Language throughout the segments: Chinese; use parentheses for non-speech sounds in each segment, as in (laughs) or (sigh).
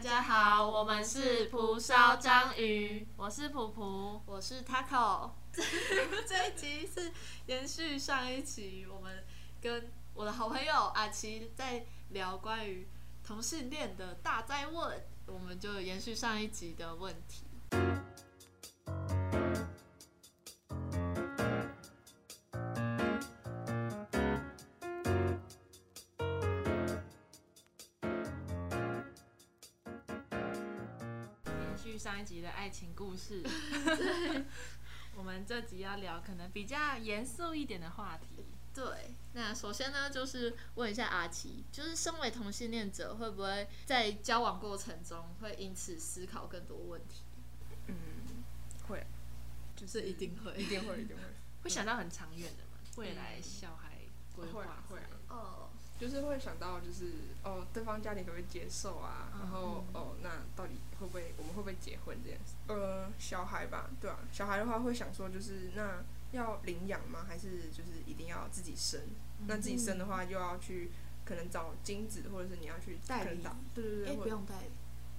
家好，我们是蒲烧章鱼，我是普普。我是 Taco。这一集是延续上一集，我们跟我的好朋友阿奇在聊关于同性恋的大灾问，我们就延续上一集的问题。延续上一集的爱情故事，我们这集要聊可能比较严肃一点的话题。对，那首先呢，就是问一下阿奇，就是身为同性恋者，会不会在交往过程中会因此思考更多问题？嗯，会，就是一定会，一定会，一 (laughs) 定会，会想到很长远的嘛，未来小孩规会啊划之会类啊的。哦，就是会想到就是哦，对方家里可不可以接受啊？然后哦，那到底会不会我们会不会结婚这件事？呃，小孩吧，对啊，小孩的话会想说就是那要领养吗？还是就是一定要自己生？那自己生的话嗯又要去可能找精子，或者是你要去代可能理打对对哎、对，或不者用代理，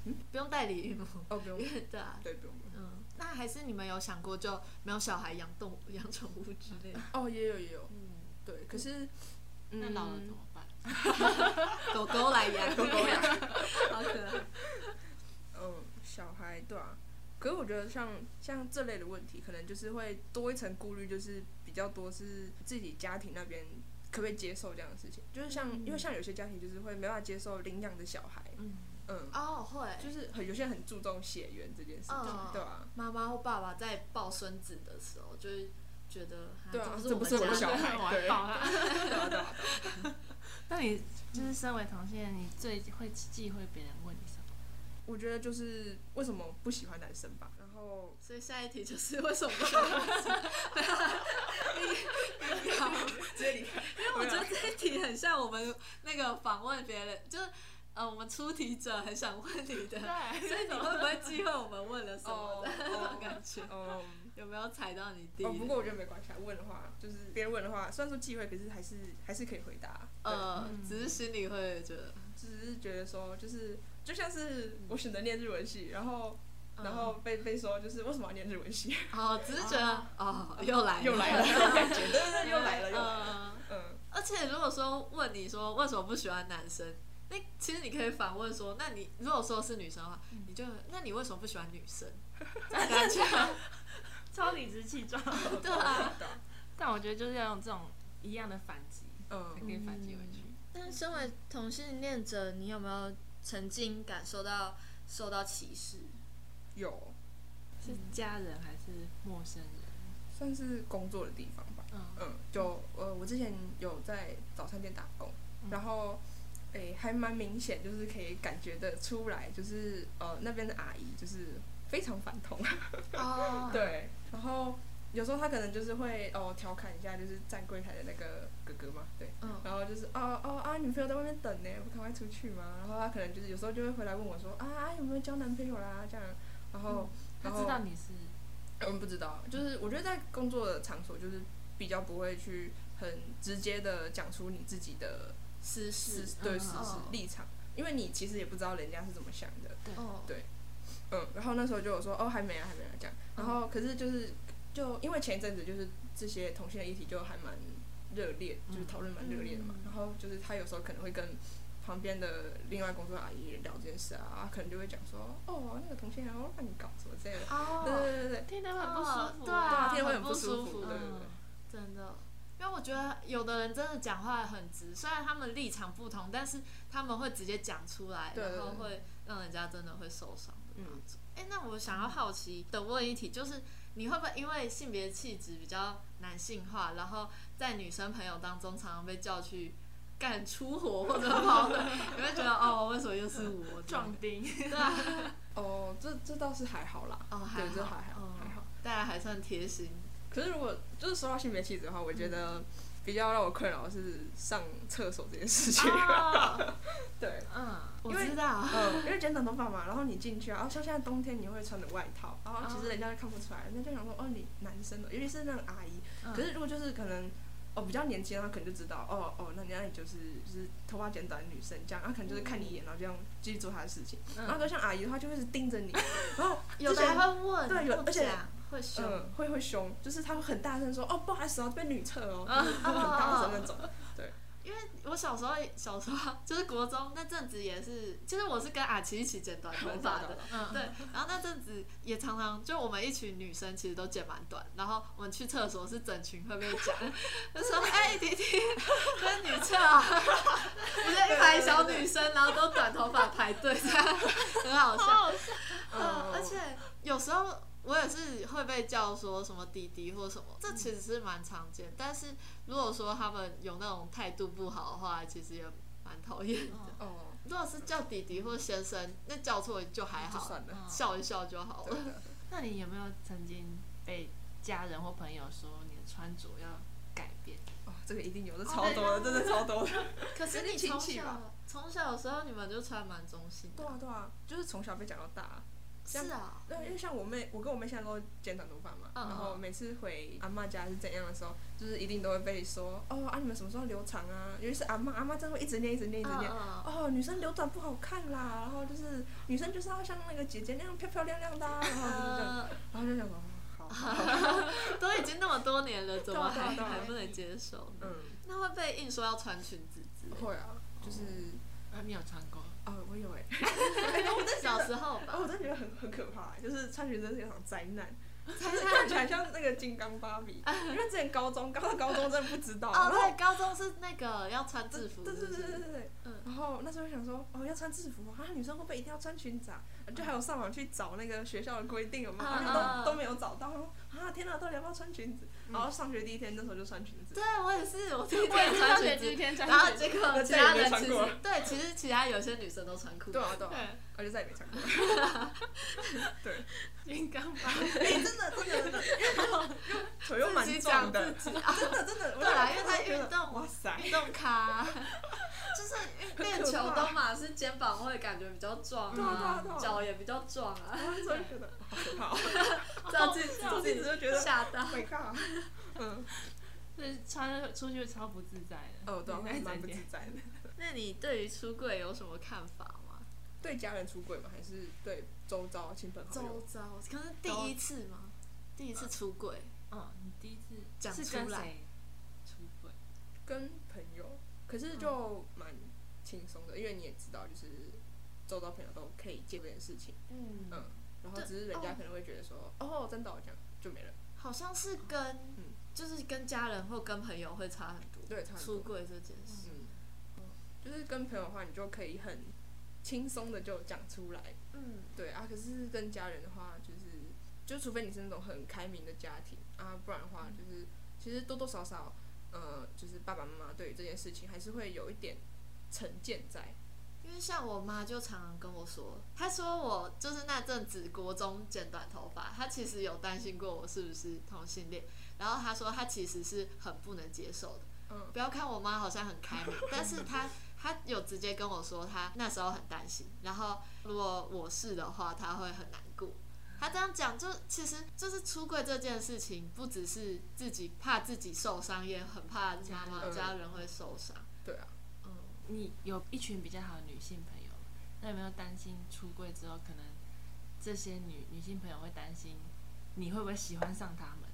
嗯不用代理孕母，哦不用， (laughs) 对啊，对不 (laughs) 用。嗯，那还是你们有想过就没有小孩养动养宠 (laughs) 物之啊类的？哦，也有也有，嗯，对，可是。那老了嗯怎么办？狗 (laughs) 狗来养，狗狗养，好可爱。嗯，小孩对啊。可是我觉得像像这类的问题，可能就是会多一层顾虑，就是比较多是自己家庭那边可不可以接受这样的事情。就是像、因为像有些家庭就是会没办法接受领养的小孩，嗯，嗯，哦，会，就是很有些人很注重血缘这件事情，哦对吧、妈妈或爸爸在抱孙子的时候，就是觉得，啊对啊，这不不是是 (laughs) 我我的们小家的，孩，我对要抱他。对啊对啊， (laughs) 那你就是身为同性恋，你最会忌讳别人问你什么？我觉得就是为什么不喜欢男生吧，然后所以下一题就是为什么不想要孩子？ (laughs) 你你好，直接离开，因为我觉得这一题很像我们那个访问别人，就是呃，我们出题者很想问你的，对所以你会不会忌讳我们问了什么啊哦的那种哦感觉？嗯。有没有踩到你地哦，雷？不过我觉得没关系啊，问的话就是别人问的话，虽然说忌讳，可是还是还是可以回答。对，呃，只是心里会觉得，只是觉得说，就是就像是我选择念日文系，然后然后被被说就是为什么要念日文系，哦，只是觉得，哦，又来啊又来了，那 (laughs) 种哎 (laughs) 感觉对对对，又来了又来了，嗯，嗯，而且如果说问你说为什么不喜欢男生，那其实你可以反问说，那你如果说是女生的话，嗯你就那你为什么不喜欢女 (laughs) 生？这种感觉， (laughs) 超理直气壮。对啊。对啊，但我觉得就是要用这种一样的反击，才可嗯，以反击回去。但身为同性恋者，你有没有曾经感受到受到歧视？有是家人还是陌生人？算是工作的地方吧，嗯，嗯，就呃，我之前有在早餐店打工，嗯然后诶、还蛮明显，就是可以感觉得出来，就是呃那边的阿姨就是非常反同，哦，对，然后有时候她可能就是会哦调侃一下，就是站柜台的那个哥哥嘛，对，嗯然后就是哦哦啊，女朋友在外面等呢，不赶快出去嘛，然后她可能就是有时候就会回来问我说啊啊有没有交男朋友啦这样，然后、他然后知道你是嗯，不知道，就是我觉得在工作的场所，就是比较不会去很直接的讲出你自己的私事事，对嗯事实嗯立场，因为你其实也不知道人家是怎么想的。哦，对嗯，然后那时候就有说哦，还没啊，还没啊这样。然嗯后可是就是就因为前一阵子就是这些同性的议题就还蛮热烈，就是讨论蛮热烈的嘛。嗯然后就是他有时候可能会跟旁边的另外工作阿姨聊这件事啊，可能就会讲说哦，那个同性恋我乱搞什么之类的。对哦，对对对。听得很很不不舒舒服服，啊天会很很不不舒舒服，服嗯对对对。真的。因为我觉得有的人真的讲话很直，虽然他们立场不同，但是他们会直接讲出来，对对对然后会让人家真的会受伤的那嗯种。哎、那我想要好奇的问一题，就是你会不会因为性别气质比较男性化，然后在女生朋友当中常常被叫去干粗活或者跑 (laughs) 腿，你会觉得哦，为什么又是我壮丁，对 (laughs) 啊，哦，这这倒是还好啦。哦，还对，这好，还好、嗯还好。大家还算贴心。可是如果就是说到性别气质的话，我嗯觉得比较让我困扰的是上厕所这件事情。啊 (laughs) 哦对， (laughs) 嗯，我因为知道，嗯，因为剪短头发嘛，然后你进去啊，然后像现在冬天你会穿的外套，然后其实人家就看不出来，人家就想说哦，你男生的，尤其是那种阿姨。嗯可是如果就是可能。哦比较年轻，他可能就知道哦哦，那你那你就是就是头发剪短的女生这样，他可能就是看你一眼，然后这样继续做他的事情。然后嗯，都像阿姨的话，就会哦是盯着你，然后有的之前还会问，对有不而且讲会凶，嗯会会凶，就是他会很大声说哦不好意思哦，被女厕哦，啊就是他会很大声那种。因为我小时候小时候啊就是国中那阵子也是，其实我是跟阿奇一起剪短头发的， (laughs) 嗯，对，然后那阵子也常常就我们一群女生其实都剪蛮短，然后我们去厕所是整群会被 (laughs) 讲，就说哎弟弟跟女厕啊，我们一排小女生，然后都短头发排队这样，很好笑。好笑，嗯，而嗯且有时候我也是会被叫说什么弟弟或什么，这其实是蛮常见。但是如果说他们有那种态度不好的话，其实也蛮讨厌的。嗯哦如果是叫弟弟或先生，那叫错就还就好，算了，嗯笑一笑就好了。那你有没有曾经被家人或朋友说你的穿着要改变？哦这个一定有，这超多的，真的超多的。 (laughs) 可是你亲从戚吧小从小的时候，你们就穿蛮中性的对，啊对啊，就是从小被讲到大。这样是啊，对，因为像我妹，我跟我妹现在都剪短头发嘛，嗯嗯然后每次回阿嬷家是怎样的时候，就是一定都会被说，哦啊你们什么时候留长啊？尤其是阿嬷，阿嬷真的会一直念一直念一直念。嗯哦，女生留短不好看啦，然后就是女生就是要像那个姐姐那样漂漂亮亮的、啊，然后就是这样，嗯，然后就想说，哦好，好呃都已经那么多年了，怎么对啊还对啊还不能接受？嗯，那会被硬说要穿裙子之类的。会啊，就是，啊，你有穿 (laughs) 过？哦，我有哎、小时候吧哦，，我真的觉得很很可怕、欸就是穿裙子是一场灾 (laughs) 难，就是看起来像那个金刚芭比，因为之前高中，高到高中真的不知道，然哦，后对，高中是那个要穿制服，对对是不对对是？对对。嗯然后那时候就想说，哦，要穿制服啊，女生会不会一定要穿裙子啊？就还有上网去找那个学校的规定有没有，嗯然嗯后嗯都都没有找到。然后啊，天哪，到底要不要穿裙子？然后上学第一天那时候就穿裙子，对，啊我也是，我第一天穿裙子，天然后结我果其再也他没人穿其过实对，其实其他有些女生都穿裤子对，啊对啊，对，我就再也没穿过。金刚芭哎，真的真的真的，腿又蛮自己壮讲的，自己啊，真的真的，我对啊那因为时候他觉得运动哇塞，运动 (laughs) 咖，就是练球都嘛是肩膀会感觉比较壮对啊对啊对啊啊，脚也比较壮啊，我那时候就觉得好可怕哦，照镜照镜子就觉得吓到，没看，嗯，就是穿出去超不自在的。哦对啊，那蛮不自在的。那你对于出柜有什么看法吗？对家人出轨吗？还是对周遭亲朋好周友？遭，可是第一次吗？第一次出柜，嗯，你第一次讲是出跟来谁出轨？跟朋友，可是就蛮轻松的，因为你也知道，就是周遭朋友都可以接这件事情，嗯嗯，然后对只是人家可能会觉得说，哦，真的哦，这样就没了，好像是跟、嗯就是跟家人或跟朋友会差很多。对，差很多出柜这件事，嗯，就是跟朋友的话，你就可以很轻松的就讲出来，嗯，对啊，可是跟家人的话，就是就除非你是那种很开明的家庭啊，不然的话，就是其实多多少少，呃，就是爸爸妈妈对于这件事情还是会有一点成见在。因为像我妈就常常跟我说，她说我就是那阵子国中剪短头发，她其实有担心过我是不是同性恋，然后她说她其实是很不能接受的。嗯不要看我妈好像很 (laughs) 开明，但是她她有直接跟我说，她那时候很担心，然后如果我是的话，她会很难过。她这样讲，就其实就是出柜这件事情，不只是自己怕自己受伤，也很怕妈妈嗯家人会受伤。对啊，嗯，你有一群比较好的女性朋友，那有没有担心出柜之后，可能这些女女性朋友会担心你会不会喜欢上他们，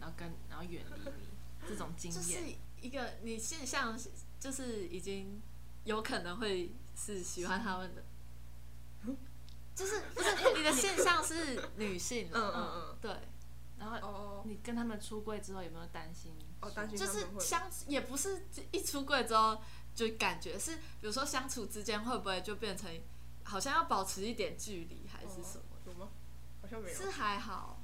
然后跟然后远离你这种 (laughs) 经这是验？一个你现象，就是已经有可能会是喜欢他们的， (laughs) 就是不是你的现象是女性嗯了，嗯对。然嗯，后哦你跟他们出柜之后，有没有担心说？哦担心就他们是会吗相也不是一出柜之后就感觉是，比如说相处之间会不会就变成好像要保持一点距离还是什么？有吗？好像哦没有。是还好，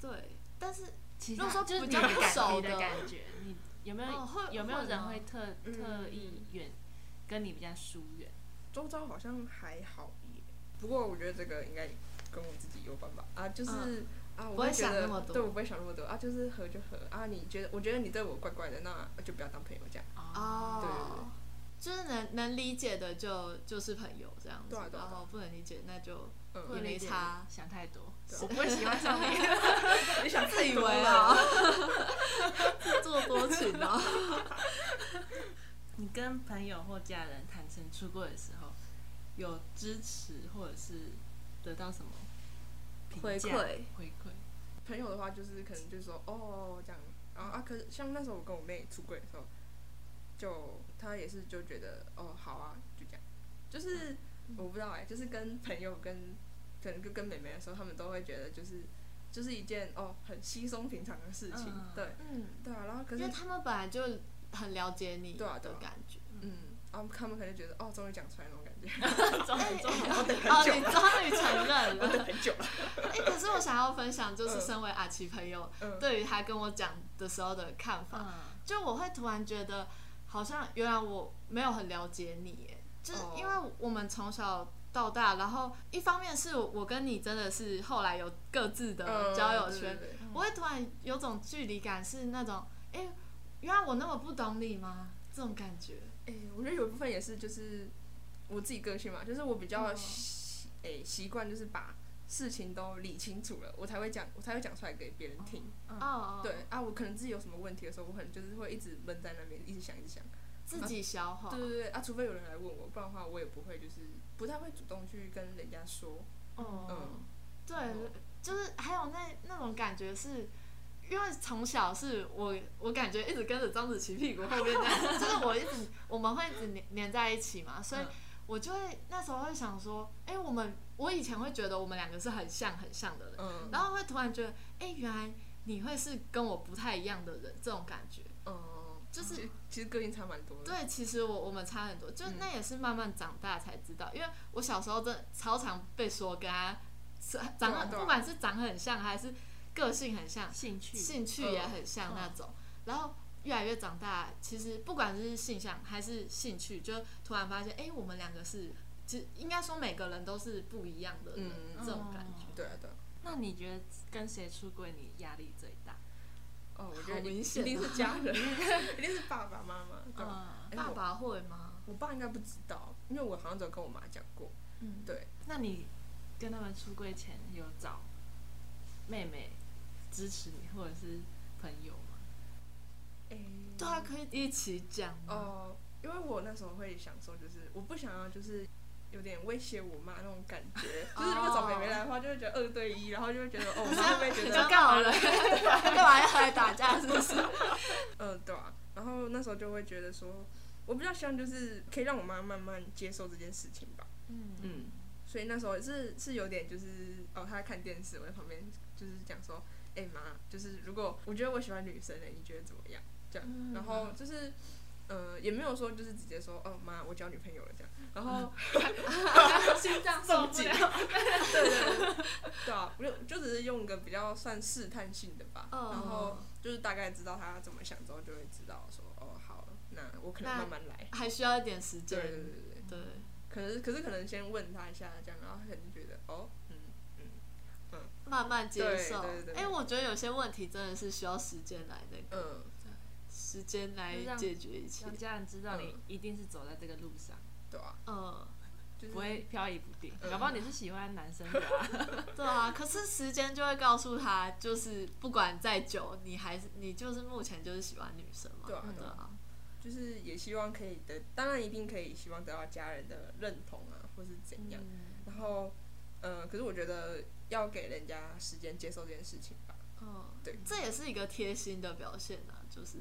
对，但是其实如果说就是比你较的不熟感你的的感觉，你有没有、哦会有没有会人吗会特嗯特意远跟你比较疏远？周遭好像还好耶，不过我觉得这个应该跟我自己有关吧。啊，就是、嗯啊，我不会觉想得那么多对，我不会想那么多啊，就是合就合啊。你觉得，我觉得你对我怪怪的，那就不要当朋友这样。哦哦，对对对就是能能理解的就就是朋友这样子，对啊对啊对啊然后不能理解那 (laughs) 就不嗯，也能没理解差想太多，对啊啊我不会喜欢 (laughs) 上你。你想自以为啊， (laughs) 自作多情哦。你跟朋友或家人坦诚出柜的时候，有支持或者是得到什么评回价馈回馈？ (laughs) 朋友的话就是可能就说哦这样，然后啊，可是像那时候我跟我妹出轨的时候，就她也是就觉得哦好啊，就这样，就是嗯我不知道哎、就是跟朋友跟可能就跟妹妹的时候，他们都会觉得就是就是一件哦很稀松平常的事情，嗯对嗯，对啊，然后可因是为他们本来就很了解你对啊的对啊感觉。嗯，然后他们可能觉得哦终于讲出来那种感觉，终于终于，我等哦，很久你了，终于承认 (laughs) 我了。等很久了，哎、可是我想要分享，就是嗯身为阿奇朋友，嗯，哦对于他跟我讲的时候的看法，嗯就我会突然觉得，好像原来我没有很了解你耶，就是哦因为我们从小到大，然后一方面是我跟你真的是后来有各自的嗯交友圈，对对对我会突然有种距离感，是那种，哎、原来我那么不懂你吗？这种感觉，哎、我觉得有一部分也是就是我自己个性嘛，就是我比较嗯习哎习惯，就是把事情都理清楚了，我才会讲，我才会讲出来给别人听。嗯哦，对，啊，我可能自己有什么问题的时候，我可能就是会一直闷在那边，一直想，一直想。自己消化，对对对，啊，除非有人来问我，不然的话我也不会，就是不太会主动去跟人家说。哦，嗯对嗯，就是还有那那种感觉是。因为从小是我，我感觉一直跟着章子琪屁股后面这样，就是我一直我们会一直黏黏在一起嘛，所以嗯我就会那时候会想说，哎、我们我以前会觉得我们两个是很像很像的人，嗯然后会突然觉得，哎、原来你会是跟我不太一样的人，这种感觉。嗯，就是其实其实个性差蛮多的。对，其实我我们差很多，就嗯那也是慢慢长大才知道，因为我小时候真的超常被说跟他是长对啊得，对啊不管是长得很像还是个性很像，兴趣兴趣也很像那种。然后越来越长大，其实不管是性向还是兴趣，就突然发现，哎、我们两个是，其实应该说每个人都是不一样的人，嗯这种感觉。对啊对啊。那你觉得跟谁出柜你压力最大？哦，我觉好得一明显一定哦是家 (laughs) 人， (laughs) 一定是爸爸妈妈。对啊，嗯，哎爸我爸会吗？我爸应该不知道，因为我好像只有跟我妈讲过。嗯，对，那你跟他们出柜前有找妹妹支持你，或者是朋友吗？哎、对啊，可以一起讲吗。哦、 (laughs) 因为我那时候会想说，就是我不想要，就是有点威胁我妈那种感觉。就是如果找妹妹来的话，就会觉得二对一，然后就会觉得哦，我妈会不会觉就 (laughs) 得，干嘛了？干嘛要来打架？是不 (laughs) 是？嗯，对啊。然后那时候就会觉得说，我比较希望就是可以让我妈慢慢接受这件事情吧。嗯，嗯，所以那时候是是有点就是哦，她在看电视，我在旁边就是讲说，哎、妈，就是如果我觉得我喜欢女生了，你觉得怎么样？这样，嗯然后就是。呃，也没有说就是直接说哦妈，我交女朋友了这样，然后 (laughs) 心脏受不嗯了，对对对，对啊，我就就只是用一个比较算试探性的吧，哦嗯然后就是大概知道他怎么想之后，就会知道说哦，好，那我可能那慢慢来。还需要一点时间对。对对对对，对，可能可是可能先问他一下这样，然后他可能觉得哦，嗯嗯，慢慢接受。对对对哎，我觉得有些问题真的是需要时间来那个，嗯，时间来就让解决一切让。家人知道你一定是走在这个路上，对啊，嗯，就是不会飘移不定。嗯搞不好你是喜欢男生的啊、对啊。可是时间就会告诉他，就是不管再久，你还是你就是目前就是喜欢女生嘛。对啊对啊。就是也希望可以得，当然一定可以希望得到家人的认同啊，或是怎样。嗯然后，呃，可是我觉得要给人家时间接受这件事情吧。嗯，对这也是一个贴心的表现啊，就是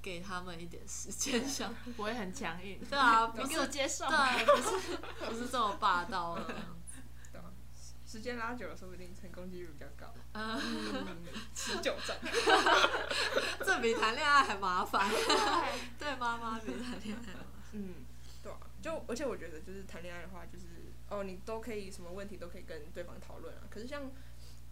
给他们一点时 (laughs) 间想。不会很强硬。对啊，你不给是我接受。对，啊不是不是 (laughs) 这么霸道的。对啊，时间拉久了，说不定成功几率比较高。嗯，嗯持久 (laughs) 战，这比谈恋爱还麻烦。嗯对，妈妈比谈恋爱麻烦。嗯，对啊，就而且我觉得就是谈恋爱的话，就是哦，你都可以什么问题都可以跟对方讨论啊。可是像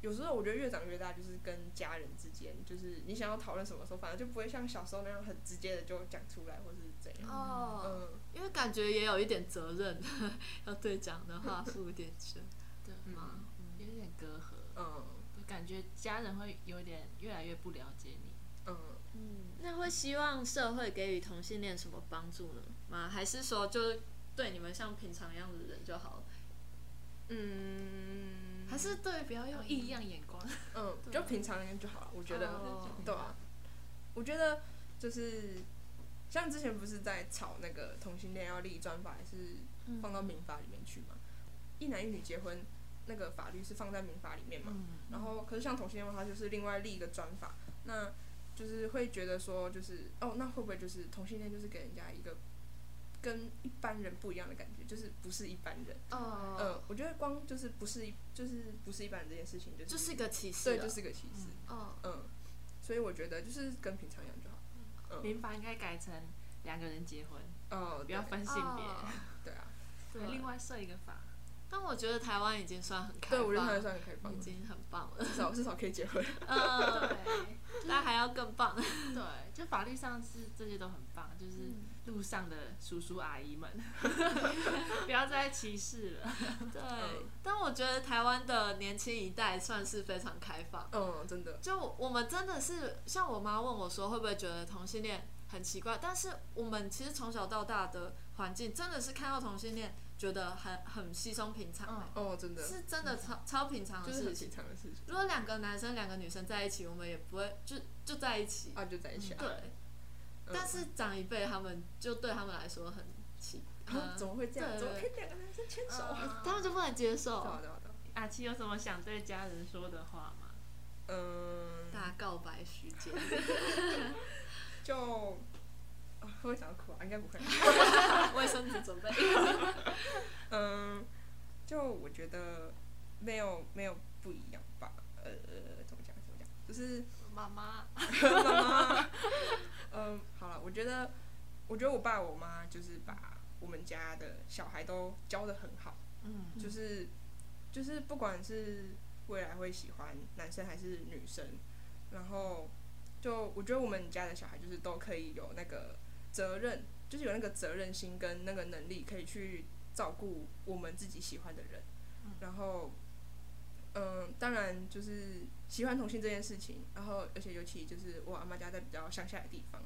有时候我觉得越长越大，就是跟家人之间，就是你想要讨论什么的时候，反而就不会像小时候那样很直接的就讲出来，或是怎样。哦，嗯因为感觉也有一点责任， (laughs) 要对讲的话负一点责对，嗯任嘛。有点隔阂，嗯，就感觉家人会有点越来越不了解你。嗯，嗯，那会希望社会给予同性恋什么帮助呢？吗？还是说就是对你们像平常一样的人就好了？嗯，还是对，不要用异样眼光。嗯，就平常人就好了。我觉得，哦对啊，我觉得就是像之前不是在吵那个同性恋要立专法，还是嗯放到民法里面去嘛？一男一女结婚那个法律是放在民法里面嘛？嗯，然后可是像同性恋的话，它就是另外立一个专法，那就是会觉得说，就是哦，那会不会就是同性恋就是给人家一个跟一般人不一样的感觉，就是不是一般人？哦呃，我觉得光就是不是一就是不是一般人这件事情，就是就是一个歧视啊，对，就是个歧视，哦，嗯，所以我觉得就是跟平常一样就好，嗯民法应该改成两个人结婚，呃，不要对分性别，哦对啊，还另外设一个法。但我觉得台湾已经算很开放，对我觉得还算很开放已，经很棒了，至少至少可以 (laughs) 结婚，嗯，对但还要更棒。对，就法律上是这些都很棒，就是嗯路上的叔叔阿姨 (laughs) 们，不要再歧视了。对嗯，但我觉得台湾的年轻一代算是非常开放。嗯，真的，就我们真的是，像我妈问我说，会不会觉得同性恋很奇怪？但是我们其实从小到大的环境，真的是看到同性恋，觉得很很稀松平常、嗯哦，真的，是真的超超平常的就是事很平情。常的事情如果两个男生、两个女生在一起，我们也不会就就在一起。啊，就在一起啊，对，嗯但是长一辈他们就对他们来说很奇，嗯啊，怎么会这样？呃对嗯怎么可以两个男生牵手啊？他们就不能接受 (laughs) 对啊对啊对啊，阿七有什么想对家人说的话吗？嗯，大告白时间。 (laughs) (laughs) 就啊会不会讲到哭啊？应该不 (laughs) 会。卫生纸准备。嗯，就我觉得没有没有不一样吧。呃，怎么讲怎么讲？就是妈妈，妈妈， (laughs) 嗯，好了，我觉得我觉得我爸我妈就是把我们家的小孩都教的很好，嗯就是就是不管是未来会喜欢男生还是女生，然后就我觉得我们家的小孩就是都可以有那个责任，就是有那个责任心跟那个能力，可以去照顾我们自己喜欢的人嗯。然后，嗯，当然就是喜欢同性这件事情，然后而且尤其就是我阿妈家在比较乡下的地方，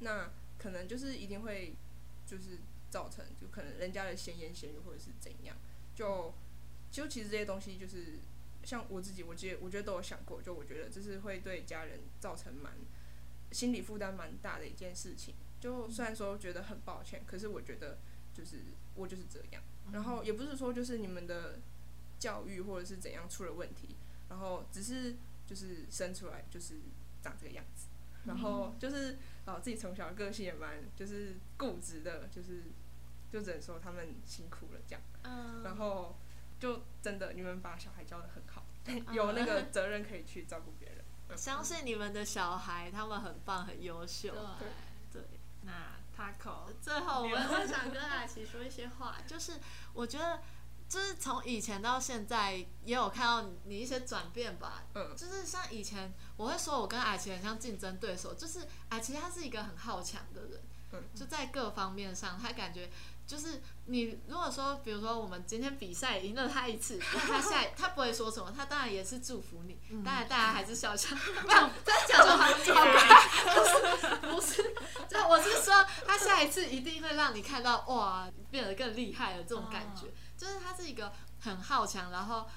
那可能就是一定会就是造成就可能人家的闲言闲语或者是怎样，就就其实这些东西就是像我自己，我觉得我觉得都有想过，就我觉得这是会对家人造成蛮心理负担蛮大的一件事情。就虽然说觉得很抱歉，可是我觉得就是我就是这样，然后也不是说就是你们的教育或者是怎样出了问题，然后只是就是生出来就是长这个样子，然后就是啊自己从小个性也蛮就是固执的，就是就只能说他们辛苦了这样。嗯然后就真的你们把小孩教的很好， (laughs) 有那个责任可以去照顾别人。相信你们的小孩，他们很棒，很优秀对。对对，那 Taco，最后我我想跟阿奇说一些话，就是我觉得，就是从以前到现在，也有看到你一些转变吧。嗯就是像以前，我会说我跟阿奇很像竞争对手，就是阿奇他是一个很好强的人，嗯就在各方面上，他感觉就是你如果说，比如说我们今天比赛赢了他一次，那他下一 (laughs) 他不会说什么，他当然也是祝福你，当然大家还是笑笑， (laughs) 真的假的？好快，不是不是，就我是说，他下一次一定会让你看到哇，变得更厉害了这种感觉，就是他是一个很好强，然后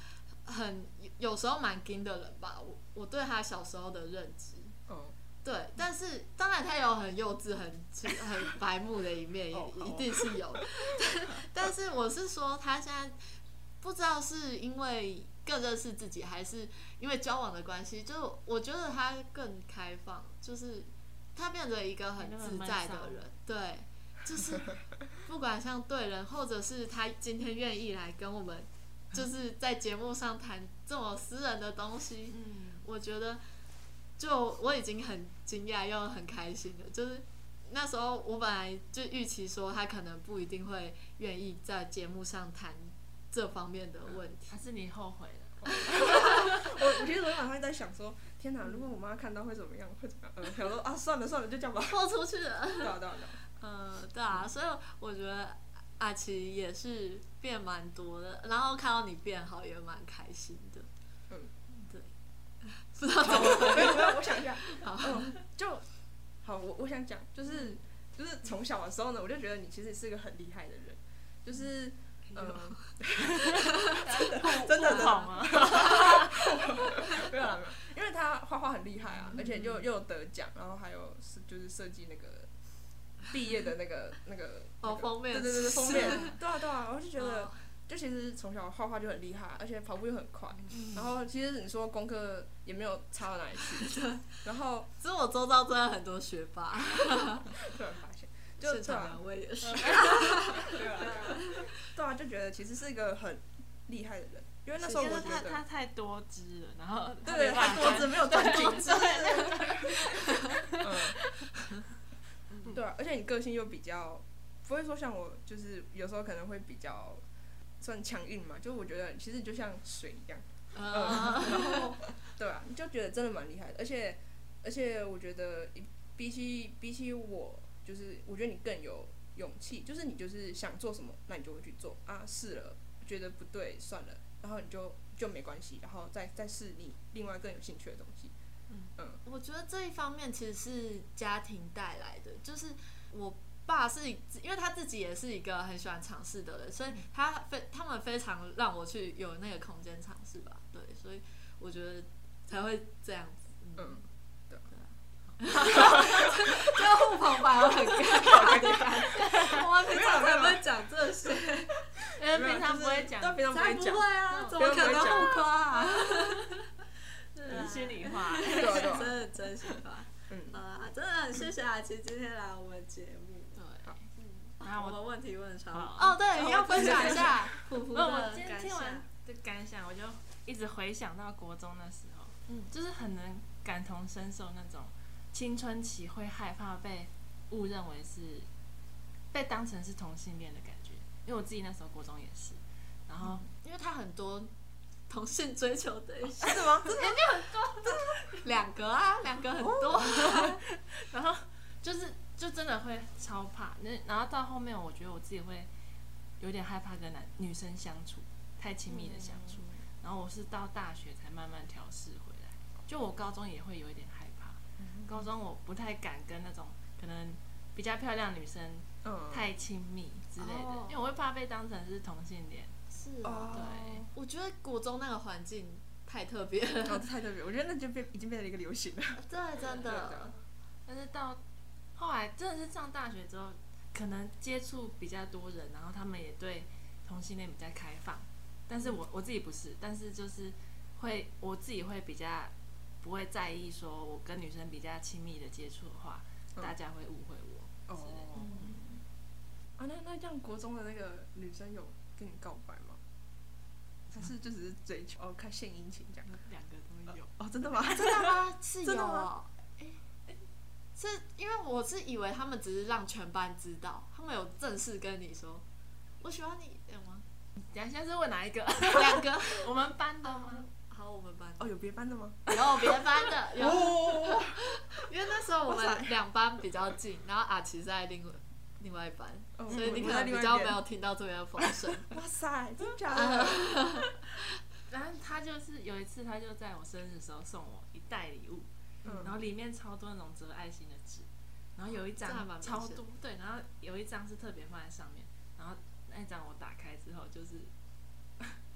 很有时候蛮硬的人吧，我我对他小时候的认知。哦，对，但是当然他有很幼稚、很很白目的一面，也哦好一定是 (laughs) 有。但是我是说，他现在不知道是因为更认识自己，还是因为交往的关系，就我觉得他更开放，就是他变得一个很没那么自闷在骚的 (laughs) 人。对，就是不管像对人，或者是他今天愿意来跟我们，就是在节目上谈这么私人的东西，嗯，我觉得就我已经很惊讶又很开心了，就是那时候我本来就预期说他可能不一定会愿意在节目上谈这方面的问题。还是你后悔了？我我其实昨天晚上在想说，天哪，如果我妈看到会怎么样？会怎么样？ (laughs) 嗯，想说啊，算了算了，就这样 (laughs) 吧。豁出去了，对啊对啊对啊，嗯，对啊，所以我觉得阿奇也是变蛮多的，然后看到你变好也蛮开心的， (laughs) 嗯，对，不知道怎么 (laughs) 没有没有，我想一下，好嗯，就好，我我想讲，就是就是从小的时候呢，我就觉得你其实是个很厉害的人，就是嗯、呃 (laughs) 真的真的好吗？ (laughs) 没有啦，没有，因为他画画很厉害啊，嗯而且又又有得奖，然后还有是就是设计那个毕业的那个那个哦那个封面对对对对封 (laughs) 是面，对啊对啊，我就觉得哦就其实从小画画就很厉害，而且跑步又很快，嗯然后其实你说功课也没有差到哪里去，然后其实我周遭真的很多学霸，突然发现就现对场啊两位也是。对啊对啊对啊，就觉得其实是一个很厉害的人，因为那时候因我为觉他他得。太多汁了，然后他对，没办他法多子没有断对尽多，汁嗯，对、啊，而且你个性又比较，不会说像我，就是有时候可能会比较算强硬嘛，就我觉得其实你就像水一样， (laughs) 呃然后嗯 (laughs) 对啊，你就觉得真的蛮厉害的，而且而且我觉得你比起比起我，就是我觉得你更有勇气，就是你就是想做什么，那你就会去做啊，试了觉得不对算了，然后你就就没关系，然后再再试你另外更有兴趣的东西，我觉得这一方面其实是家庭带来的，就是我爸是因为他自己也是一个很喜欢尝试的人，所以嗯他非他们非常让我去有那个空间尝试吧，对，所以我觉得才会这样子，嗯嗯，对对啊， (laughs) 就互捧吧，我很尴 (laughs) 尬的感觉，我们平常才不会讲这些，因为平常不会讲对，平常不才会不讲，会啊，怎么可能互夸啊？ (laughs) 对啊嗯心里话，对真啊对 (laughs) 啊，的真心话。嗯，好啦，真的很谢谢阿奇今天来我们节目。对。啊，那我我们问题问超好哦，对，我你要分享一下普普那的我今天感听想。完的感想，我就一直回想到国中那时候，嗯，就是很能感同身受那种青春期会害怕被误认为是被当成是同性恋的感觉，因为我自己那时候国中也是，然后因为他很多同性追求对象，是吗？ (laughs) 两个啊，两个很多。 (laughs) 然后就是就真的会超怕，那然后到后面我觉得我自己会有点害怕跟男女生相处，太亲密的相处，然后我是到大学才慢慢调试回来，就我高中也会有一点害怕，高中我不太敢跟那种可能比较漂亮女生嗯，太亲密之类的，哦因为我会怕被当成是同性恋，是啊哦，对我觉得国中那个环境太特别了，哦，这太特别，我觉得那就变已经变成一个流行了。啊对， (laughs) 真的。但是到后来真的是上大学之后，可能接触比较多人，然后他们也对同性恋比较开放，但是我我自己不是，但是就是会我自己会比较不会在意说我跟女生比较亲密的接触的话，嗯大家会误会我，哦是的啊，那那这样国中的那个女生有跟你告白吗？还是就只是追求哦，看献殷勤这样？两个都有。哦，真的吗？ (laughs) 真的吗？是有真的哦吗。诶是因为我是以为他们只是让全班知道，他们有正式跟你说我喜欢你，有吗？呃等一下是问哪一个？ (laughs) 两个，我们班的吗？好，我们班哦，有别班的吗？有别班的，有， (laughs) 哦，因为那时候我哇塞们两班比较近，然后阿奇在另外另外一班，哦所以你我可我在能比另外一较没边有听到这边的风声。哇塞，真假的？ (laughs) 然后他就是有一次，他就在我生日的时候送我一袋礼物，然嗯，后里面超多那种折爱心的纸，然后有一这还蛮张明超显多对，然后有一张是特别放在上面，然后那一张我打开之后就是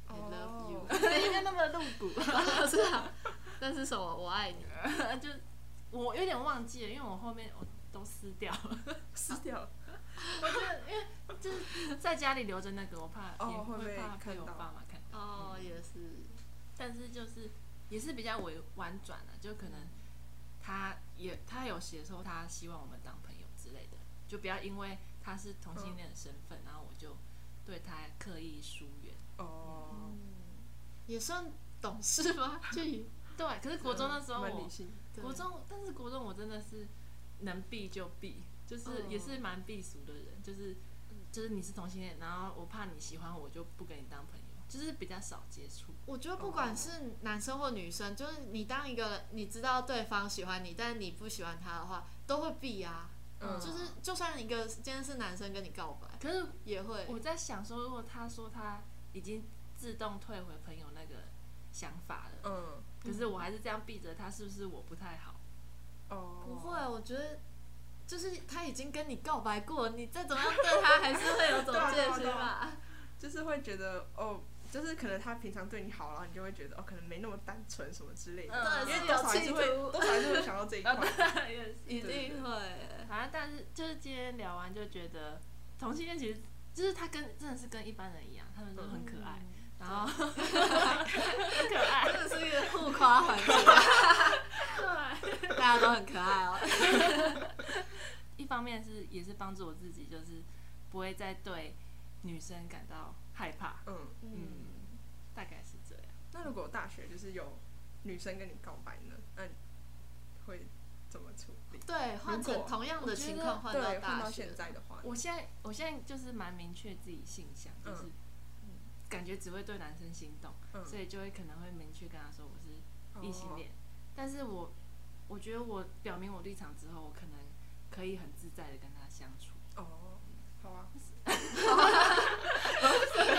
I love you，哦应该那么露骨， (laughs) 嗯是啊，那是什么？我爱你。呃就我有点忘记了，因为我后面我都撕掉了，撕掉了。就是在家里留着那个，我怕哦也会被怕看被我到爸妈看到，哦，也是，但是就是也是比较委婉转的、就可能他也他有写说他希望我们当朋友之类的，就不要因为他是同性恋的身份，然后我就对他刻意疏远。哦，嗯也算懂事吗？就也对，可是国中那时候蛮理我，性。对国中，但是国中我真的是能避就避，就是哦嗯也是蛮避俗的人，就是嗯就是你是同性恋，然后我怕你喜欢我，我就不跟你当朋友，就是比较少接触。我觉得不管是男生或女生，就是你当一个你知道对方喜欢你，但是你不喜欢他的话，都会避啊。嗯就是就算一个今天是男生跟你告白，可是也会我在想说，如果他说他已经自动退回朋友那个想法了。嗯，可是我还是这样避着他，是不是我不太好？哦，不会，我觉得就是他已经跟你告白过，你再怎么样对他，还是会有种戒心对啊对吧啊？就是会觉得哦，就是可能他平常对你好，然后你就会觉得哦，可能没那么单纯什么之类的，嗯因是为多有少还企是会图，多少还是会想到这一块。哦 (laughs) 也是一定会。反正但是就是今天聊完就觉得同性恋其实就是他跟真的是跟一般人一样，他们都很可爱，嗯然后很可爱，这是一个互夸环节，对，大家都很可爱哦。一方面是也是帮助我自己，就是不会再对女生感到害怕，嗯，嗯，大概是这样。那如果大学就是有女生跟你告白呢，那你会怎么处理？对，换如成果同样的情况换对，换大到学现，在的话，我现在我现在就是蛮明确自己性向，就是嗯感觉只会对男生心动，嗯所以就会可能会明确跟他说我是异性哦恋。但是我我觉得我表明我立场之后，我可能可以很自在的跟他相处。哦，好啊，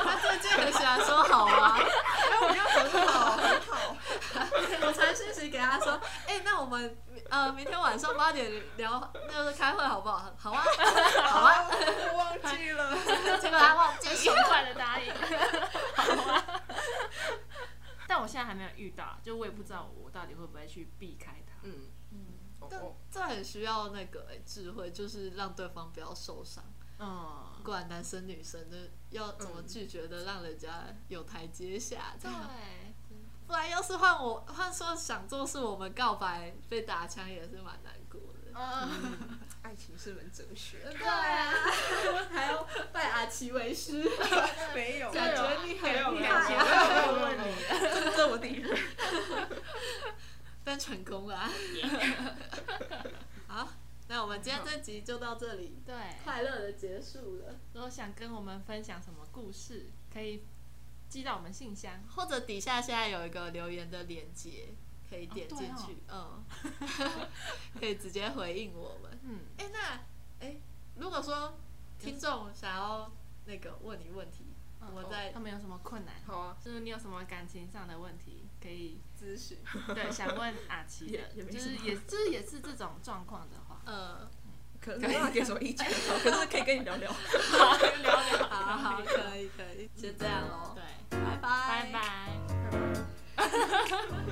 他最近很喜欢说好啊，哎，我觉得很好，很好。我传讯息给他说，哎、那我们呃明天晚上八点聊，就是开会好不好？好啊，好啊，我忘记了。结果他忘记，爽快的答应。 (laughs) 啊但我现在还没有遇到，就我也不知道我到底会不会去避开他。嗯，嗯，哦但哦这很需要那个、哎智慧，就是让对方不要受伤，不嗯，管男生女生的，要怎么拒绝的，让人家有台阶下，这对样。，不然要是换我换说想做是我们告白被打枪也是蛮难过的。嗯，爱情是门哲学，对啊， (laughs) 还要拜阿奇为师，没有，感对觉哦你没有很厉感害觉啊，我问你，这这我第一。 (laughs) 但成功了、啊。好，那我们今天这集就到这里，对。快乐的结束了。如果想跟我们分享什么故事，可以寄到我们信箱。或者底下现在有一个留言的连接，可以点进去，嗯，可 (laughs) 以直接回应我们。嗯，哎、那哎、如果说听众想要那个问你问题，我嗯在他们有什么困难，好啊，就是你有什么感情上的问题，可以咨询，对想问阿奇的也，也没就什是么也就是也是这种状况的话，嗯，可能没办法给什么意见，可是可以跟你聊聊。聊聊 (laughs) 好 (laughs) 好，可以可以，就这样喽，对，嗯拜拜，拜拜。拜拜。